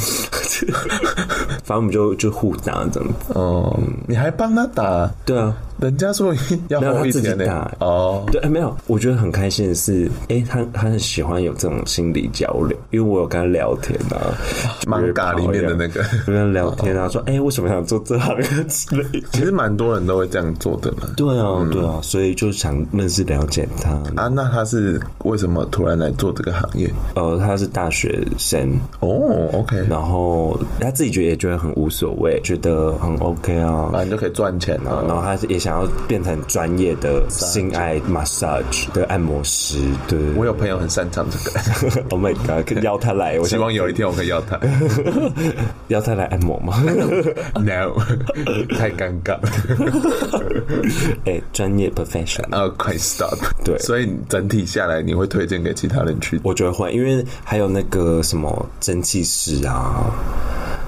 *laughs* 反正我们就就互打这样子。哦，你还帮他打？对啊，人家说要嗯没有厚一他自己点呢打。哦，对，哎没有。我觉得很开心的是，哎、他他很喜欢有这种心理交流，因为我有跟他聊天 *laughs* 啊， manga 里面的那个哦就跟他聊天啊，说哎、诶为什么想做这行啊之类的。其实蛮多人都会这样做的嘛。对啊，对啊，所以就想认识了解他。啊，那他是为什么突然来做这个行业？呃，他是大学生，哦，OK，然后他自己觉得也觉得很无所谓，觉得很 OK 啊。反正就可以赚钱啊。然后他也想要变成专业的性爱 massage 的按摩师，对。我有朋友很擅长这 *laughs* 个， oh my god，邀他来，我希想望有一天我可以要他。邀他来按摩 *laughs* 吗？ *laughs* No，太 *laughs* 尴尬。哎、专业 professional，呃，快 stop。对所以整体下来，你会推荐给其他人去我觉得会，因为还有那个什么蒸汽室啊，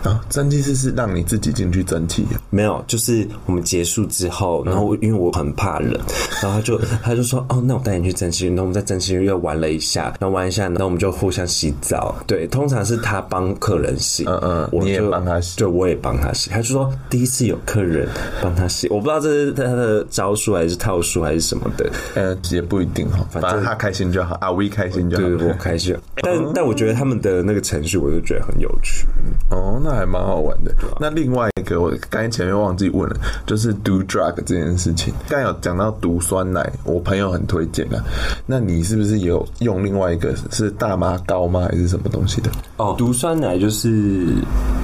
啊？蒸汽室是让你自己进去蒸汽啊没有，就是我们结束之后，然后我因为我很怕冷，然后他就他就说哦，那我带你去蒸汽浴，然后我们在蒸汽浴又玩了一下，然后玩一下，然后我们就互相洗澡。对，通常是他帮客人洗，嗯嗯我你也就帮他洗对，我也帮他洗。他就说第一次有客人帮他洗，我不知道这是他的招数还是套数还是什么的，呃，也不一定哈，反正反正他开心就好，阿威开心就对好。我开心。但但我觉得他们的那个程序，我就觉得很有趣。哦，那还蛮好玩的。那另外一个，我刚才前面忘记问了，就是 do drug 这件事情。刚才有讲到毒酸奶，我朋友很推荐啊。那你是不是也有用另外一个是大麻膏吗？还是什么东西的？哦，毒酸奶就是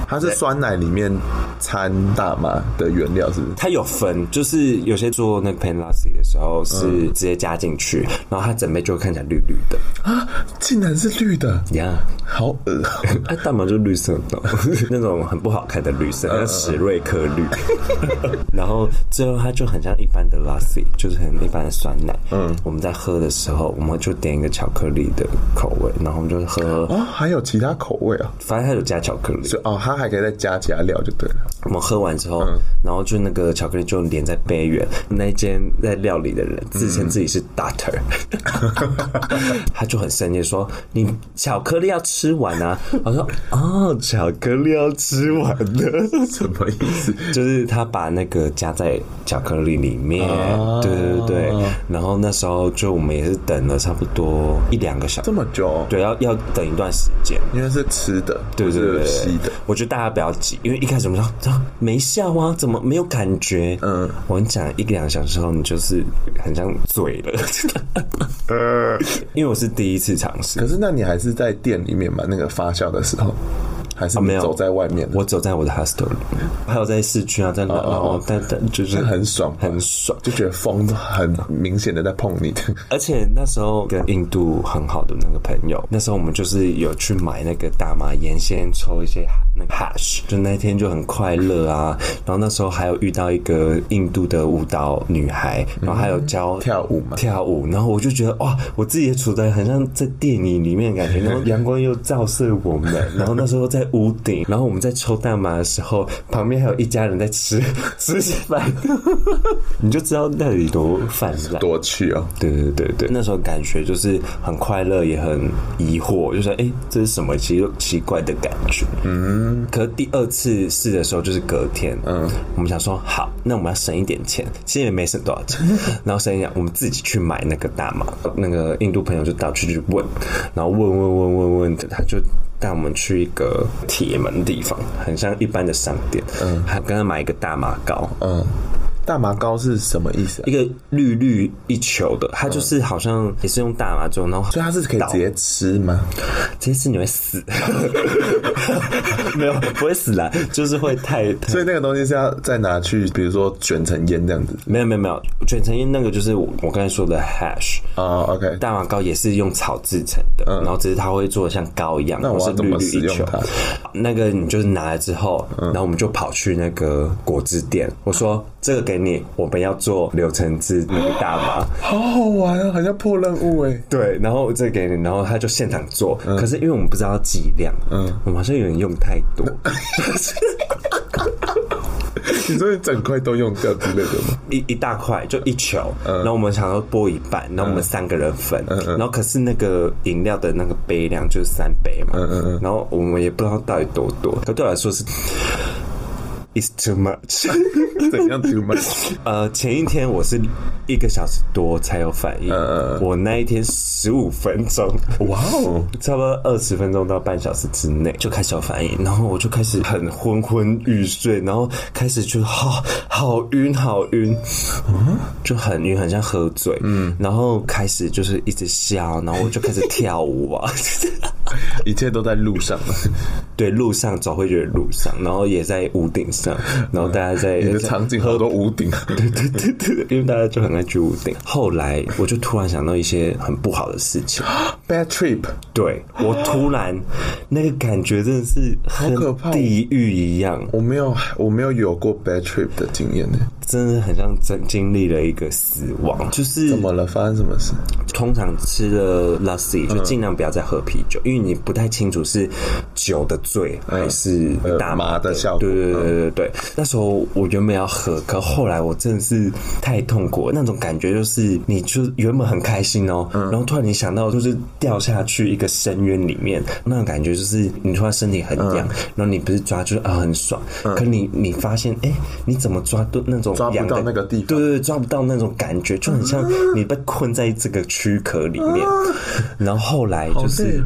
它是酸奶里面掺大麻的原料，是不是？它有分，就是有些做那个 p a n l a s s 的时候是直接加进去，然后它整杯就会看起来绿绿的啊竟然是绿的，呀。好呃恶、哎、大麻就是绿色的，那种很不好看的绿色，像史瑞克绿。 *laughs* 然后最后它就很像一般的 lassi，就是很一般的酸奶。嗯，我们在喝的时候，我们就点一个巧克力的口味，然后我们就喝， *laughs* 哦！还有其他口味啊？反正它有加巧克力。就哦，它还可以再加其他料就对了。我们喝完之后，然后就那个巧克力就连在杯缘。那一间在料理的人自称自己是 doctor，、他就很生气说：“你巧克力要吃完啊！”我说：“哦，巧克力要吃完的。什么意思？”就是他把那个加在巧克力里面，对对对对。然后那时候就我们也是等了差不多一两个小这时，么久、哦？，对，要要等一段时间。因为是吃的，对对对不对是吸的。我觉得大家不要急，因为一开始我们说 *gasps* 啊没效啊，怎么没有感觉？嗯，我跟你讲，一个两个小时后，你就是很像醉了， *laughs* 因为我是第一次尝嗯试可。是那你还是在店里面嘛？那个发酵的时候，还是啊没有走在外面的？我走在我的 hostel 里面，还有在市区啊，在那哦哦，但但就是这很爽吧很爽。就觉得风很明显的在碰你的， *laughs* 而且那时候跟印度很好的那个朋友，那时候我们就是有去买那个大麻烟，先抽一些那个 hash，就那天就很快乐啊。然后那时候还有遇到一个印度的舞蹈女孩，然后还有教跳舞嘛跳舞，然后我就觉得哇，我自己也处在很像在电影里面的感觉，然后阳光又照射我 *laughs* 们，然后那时候在屋顶，然后我们在抽大麻的时候，旁边还有一家人在吃 *laughs* 吃饭， *laughs* 你就知道那里多泛滥。多去哦。对对对对，那时候感觉就是很快乐，也很疑惑，就说哎、诶这是什么奇奇怪的感觉？嗯。可是第二次试的时候就是隔天，嗯，我们想说好，那我们要省一点钱，其实也没省多少 *laughs* 钱，然后省一点，我们自己去买那个大麻，那个印度朋友就到处去问，然后问问问问问，他就。带我们去一个铁门地方，很像一般的商店。嗯，还跟他买一个大麻膏，嗯，大麻膏是什么意思、啊一？个绿绿一球的，它就是好像也是用大麻做，然后所以它是可以倒直接吃吗？这些事你会死， *laughs* 没有不会死啦，就是会 *laughs* 太太所以那个东西是要再拿去，比如说卷成烟这样子没有没有没有卷成烟那个就是我我刚才说的 hash。啊，OK、o k 大麻膏也是用草制成的，然后只是它会做的像膏一样，嗯那我要或是怎绿么绿使一用球它。嗯那个你就是拿了之后，然后我们就跑去那个果汁店，我说这个给你，我们要做柳橙汁那个大麻。好好玩啊，好像破任务哎、对，然后这给你，然后他就现场做，可是因为我们不知道剂量，嗯，我们好像有人用太多，你说你整块都用掉之类的 *laughs* 吗？一一大块就一球，然后我们想要剥一半，然后我们三个人分，然后可是那个饮料的那个杯量就是三杯嘛，然后我们也不知道到底多多，可对我来说是 it's too much。 *laughs* 怎样 too much？呃，前一天我是一个小时多才有反应，我那一天十五分钟，哇哦，差不多二十分钟到半小时之内就开始有反应，然后我就开始很昏昏欲睡，然后开始就好好晕好晕，嗯就很晕，很像喝醉，嗯，然后开始就是一直笑，然后我就开始跳舞啊， *laughs* 一切都在路上了，对，路上走会觉得路上，然后也在屋顶上，然后大家在 *laughs* 你的场景好多屋顶， *laughs* 啊对对对对，对因为大家就很爱去屋顶。后来我就突然想到一些很不好的事情， *laughs* bad trip，对我突然那个感觉真的是很可怕哦地狱一样，我没有，我没有有过 bad trip 的经验欸呢、真的很像真经历了一个死亡。就是怎么了？发生什么事？通常吃了 lassi 嗯就尽量不要再喝啤酒，因为你不太清楚是酒的醉还是大嗯呃麻的效果嗯对对对对对对，那时候我原本要喝，可后来我真的是太痛苦了，那种感觉就是你就原本很开心哦，嗯然后突然你想到就是掉下去一个深渊里面，那种感觉就是你突然身体很痒，嗯然后你不是抓就是啊很爽，可你你发现哎、你怎么抓都那种抓不痒的到那个地方对对对，抓不到那种感觉，就很像嗯你被困在这个躯壳里面。然后后来就好累是哦。嗯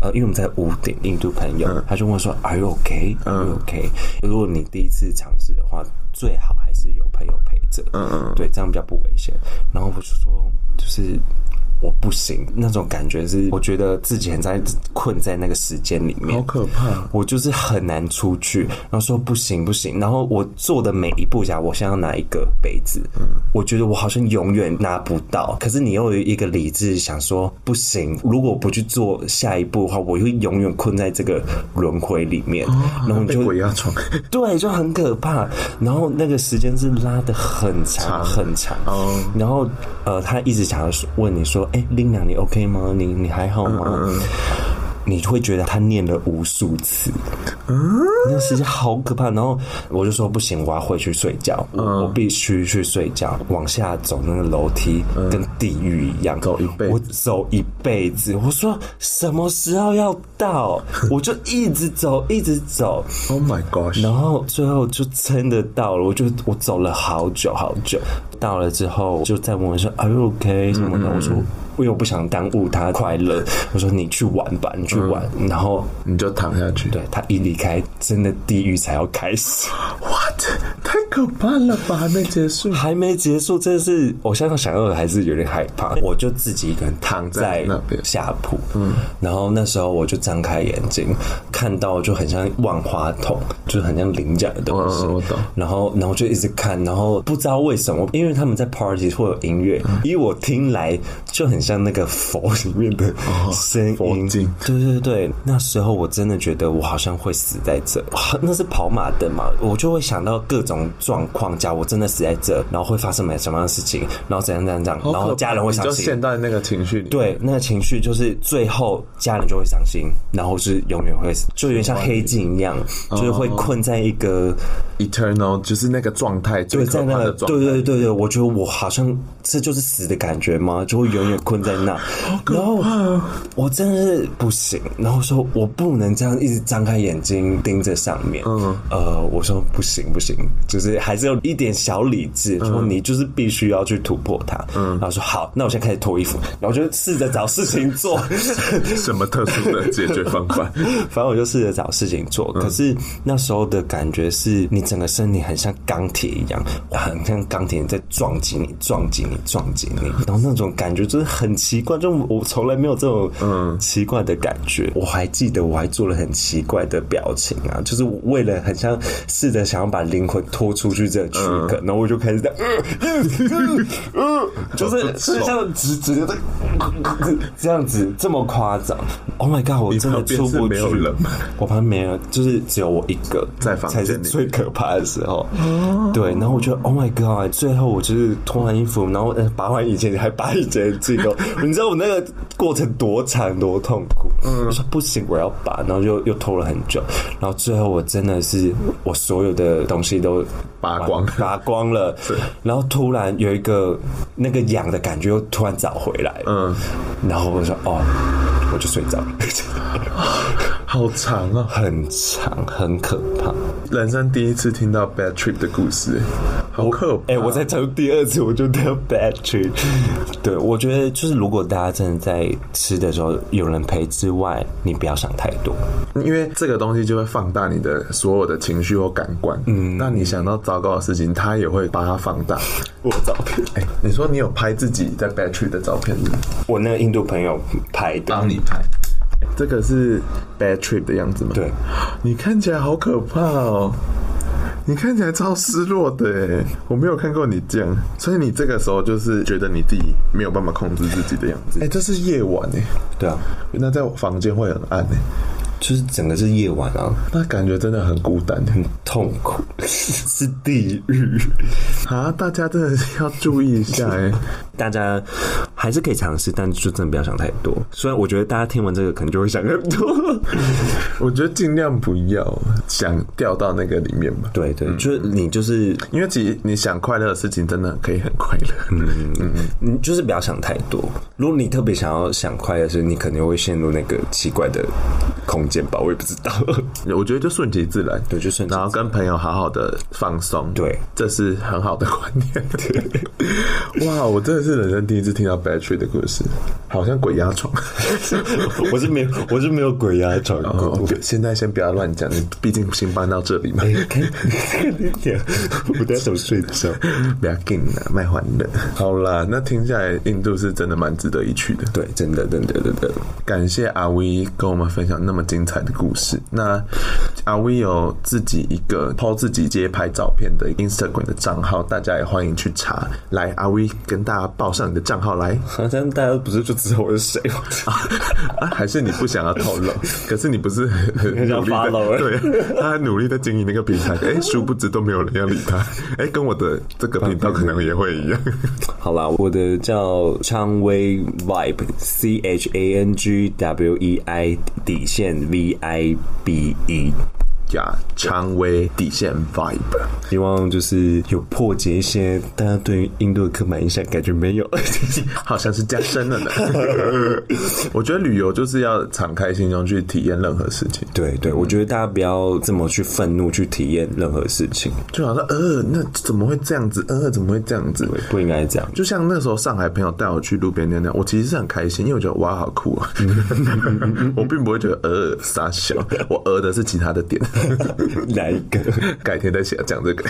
呃，因为我们在屋顶，印度朋友、他就问说：“Are you okay? Are you okay?、如果你第一次尝试的话，最好还是有朋友陪着，嗯嗯，对，这样比较不危险。”然后我就说：“就是我不行，那种感觉是，我觉得自己很在困在那个时间里面，好可怕哦我就是很难出去，然后说不行不行，然后我做的每一步，假如我想要拿一个杯子，嗯我觉得我好像永远拿不到，可是你又有一个理智想说不行，如果我不去做下一步的话，我会永远困在这个轮回里面，然后你哦被就鬼压床， *laughs* 对，就很可怕。然后那个时间是拉的很长很长，哦然后呃，他一直想要说问你说，哎、林娘你 OK 吗？你你还好吗？嗯你会觉得他念了无数次，那时间好可怕。然后我就说不行，我要回去睡觉，我嗯我必须去睡觉。往下走那个楼梯，跟地狱一样，走一辈子我走一辈子。我说什么时候要到？我就一直走，一直走。 ，Oh my gosh，然后最后就真的到了，我就我走了好久好久，到了之后就再问我说：“Are you OK？” 什么的，我说。因为我不想耽误他快乐，我说你去玩吧，你去玩。然后，你就躺下去对他一离开，真的地狱才要开始。 ，What？太可可怕了吧？还没结束，还没结束，真的是我现在想到的还是有点害怕。我就自己一个人躺在在那边下铺，嗯，然后那时候我就张开眼睛，看到就很像万花筒，就很像菱角的东西。嗯嗯我懂然后，然后就一直看，然后不知道为什么，因为他们在 party 会有音乐，嗯因为我听来就很像那个佛里面的哦声音。佛经对对对，那时候我真的觉得我好像会死在这， *laughs* 哇那是跑马灯嘛，我就会想到各种状况，假如我真的死在这，然后会发生什么样的事情，然后怎样怎样怎样，然后家人会你伤就心陷。到那个情绪里。，对，那个情绪就是最后家人就会伤心，然后是永远会，就有点像黑镜一样，就是会困在一个 eternal 就是那个状态最对，可在那怕个的状态。对对对对，我觉得我好像这就是死的感觉吗？就会永远困在那。然后啊我真的是不行，然后说我不能这样一直张开眼睛盯着上面。嗯，呃，我说不行不行，就是还是有一点小理嗯智，说你就是必须要去突破它。嗯，然后说好，那我现在开始脱衣服，然后就试着找事情做。什么特殊的解决方法？ *laughs* 反正我就试着找事情做，可是那时候的感觉是你整个身体很像钢铁一样，很像钢铁在撞击你、撞击你、撞击你，然后那种感觉就是很奇怪，就我从来没有这种嗯奇怪的感觉。我还记得我还做了很奇怪的表情啊，就是为了很像试着想要把灵魂拖出去这个躯壳，然后我就开始在呃呃呃呃，就是就是像直直的在呃这样子这么夸张，Oh my god！我真的出不你旁边是没去有人吗，我旁边没有，就是只有我一个在房间才里是最可怕的时候。对，然后我觉得 Oh my God！最后我就是脱完衣服，然后呃拔完以前还拔以前的这个， *laughs* 你知道我那个过程多长多痛苦？嗯我说不行，我要拔，然后就又拖了很久，然后最后我真的是我所有的东西都拔光拔光 *laughs* 了，然后突然有一个那个痒的感觉又突然找回来，嗯，然后我说哦，我就睡着了。好长哦，很长，很可怕。人生第一次听到 bad trip 的故事，好可怕。哎、我在唱第二次，我就掉 bad trip。对，我觉得就是如果大家真的在吃的时候有人陪之外，你不要想太多。因为这个东西就会放大你的所有的情绪或感官。嗯，那你想到糟糕的事情，它也会把它放大。我照片，哎、你说你有拍自己在 bad trip 的照片吗？我那个印度朋友拍的，你拍。这个是 bad trip 的样子吗？对，你看起来好可怕哦，你看起来超失落的哎，我没有看过你这样，所以你这个时候就是觉得你自己没有办法控制自己的样子。哎、这是夜晚哎，对啊，那在房间会很暗哎，就是整个是夜晚啊，那感觉真的很孤单哎。很痛苦， *laughs* 是地狱。啊，大家真的是要注意一 *laughs* 下哎。大家还是可以尝试，但就真的不要想太多。虽然我觉得大家听完这个可能就会想很 *laughs* 多。我觉得尽量不要想掉到那个里面吧，对对，就是你就是因为其实你想快乐的事情真的可以很快乐。嗯你就是不要想太多。如果你特别想要想快乐的事，你可能会陷入那个奇怪的空间吧，我也不知道。我觉得就顺其自然， *laughs* 对就顺其自然然后跟朋友好好的放松，对这是很好的观念。 *laughs* 哇，我真的是人生第一次听到 Battery 的故事，好像鬼压床。 *laughs* 我是没有，我是没有 *laughs* 鬼压床哦过。现在先不要乱讲，你毕竟新搬到这里嘛，哎看你点，我等下怎么睡着？ *laughs* 不要紧啦，卖欢乐。好啦，那听下来，印度是真的蛮值得一去的。对，真的，真的，真的，感谢阿威跟我们分享那么精彩的故事。那阿威有自己一个 PO 自己街拍照片的 Instagram 的账号，大家也欢迎去查。来，阿威跟大家报上你的账号来、 *laughs* 好像大家不是就知道我是谁吗？啊，还是你不想要透露？可是你不 *laughs* 是很很想努力 follow 的，欸对，他很努力在经营那个平台，哎、殊不知都没有人要理他，哎、跟我的这个频道可能也会一样。好啦，我的叫昌威 Vibe C H A N G W E I 底线 V I B E。呀，蔷薇底线 Vibe。希望就是有破解一些大家对于印度的刻板印象，感觉没有。 *laughs* 好像是加深了呢。我觉得旅游就是要敞开心胸去体验任何事情，对对，我觉得大家不要这么去愤怒去体验任何事情，就好像呃，那怎么会这样子？呃，怎么会这样子？不应该这样。就像那时候上海朋友带我去路边尿尿，我其实是很开心，因为我觉得哇好酷啊，我并不会觉得呃傻笑，我呃的是其他的点。来一个。改天再想讲这个。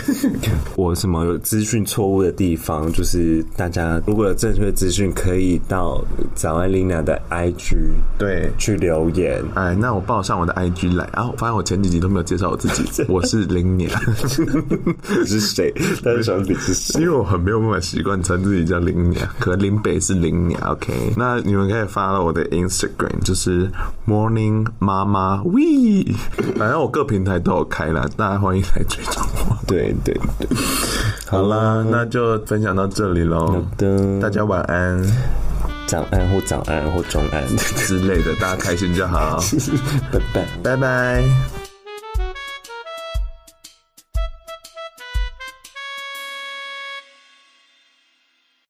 我什么有资讯错误的地方，就是大家如果有正确资讯，可以到早安琳娜的 IG 对去留言。哎，那我报上我的 IG 来啊！我发现我前几集都没有介绍我自己，我是林年，你是谁？但是想你是谁？因为我很没有办法习惯称自己叫林年，可能林北是林年。OK，那你们可以发到我的 Instagram，就是 Morning 妈妈 We，反正我各平台都有开啦，大家欢迎来追踪我。对对对，好啦，那就分享到这里喽，的大家晚安早安或早安或中安， *laughs* 之类的，大家开心就好，拜拜。拜拜。